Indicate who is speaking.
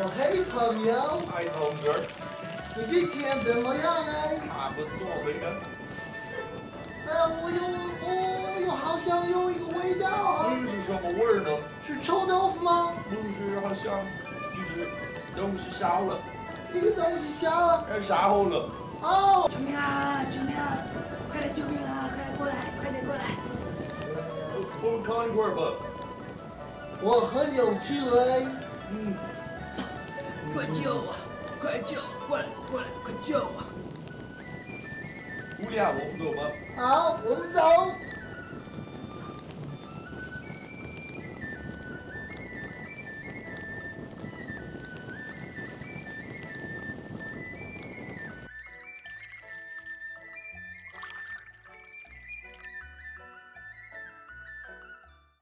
Speaker 1: 哦嘿，朋友，
Speaker 2: 嗨，同学，
Speaker 1: 你这天怎么样哎？
Speaker 2: 还不错的呀。
Speaker 1: 哎呀，我有我有好像有一个味道啊，
Speaker 2: 嗯，是什么味儿呢？
Speaker 1: 是臭豆腐吗？
Speaker 2: 不是，好像一直东西烧了，
Speaker 1: 一个东西瞎了
Speaker 2: 哎，烧好了。
Speaker 1: 哦。
Speaker 3: 救命啊！救命啊！快来救命啊！快点过来！快点过来！
Speaker 2: 我们看一会儿吧。
Speaker 1: 我很有趣哎，
Speaker 2: 嗯，
Speaker 3: 快救我！快救！过来！过来！快救我！
Speaker 2: 姑娘，我们走吧。
Speaker 1: 好，我们走。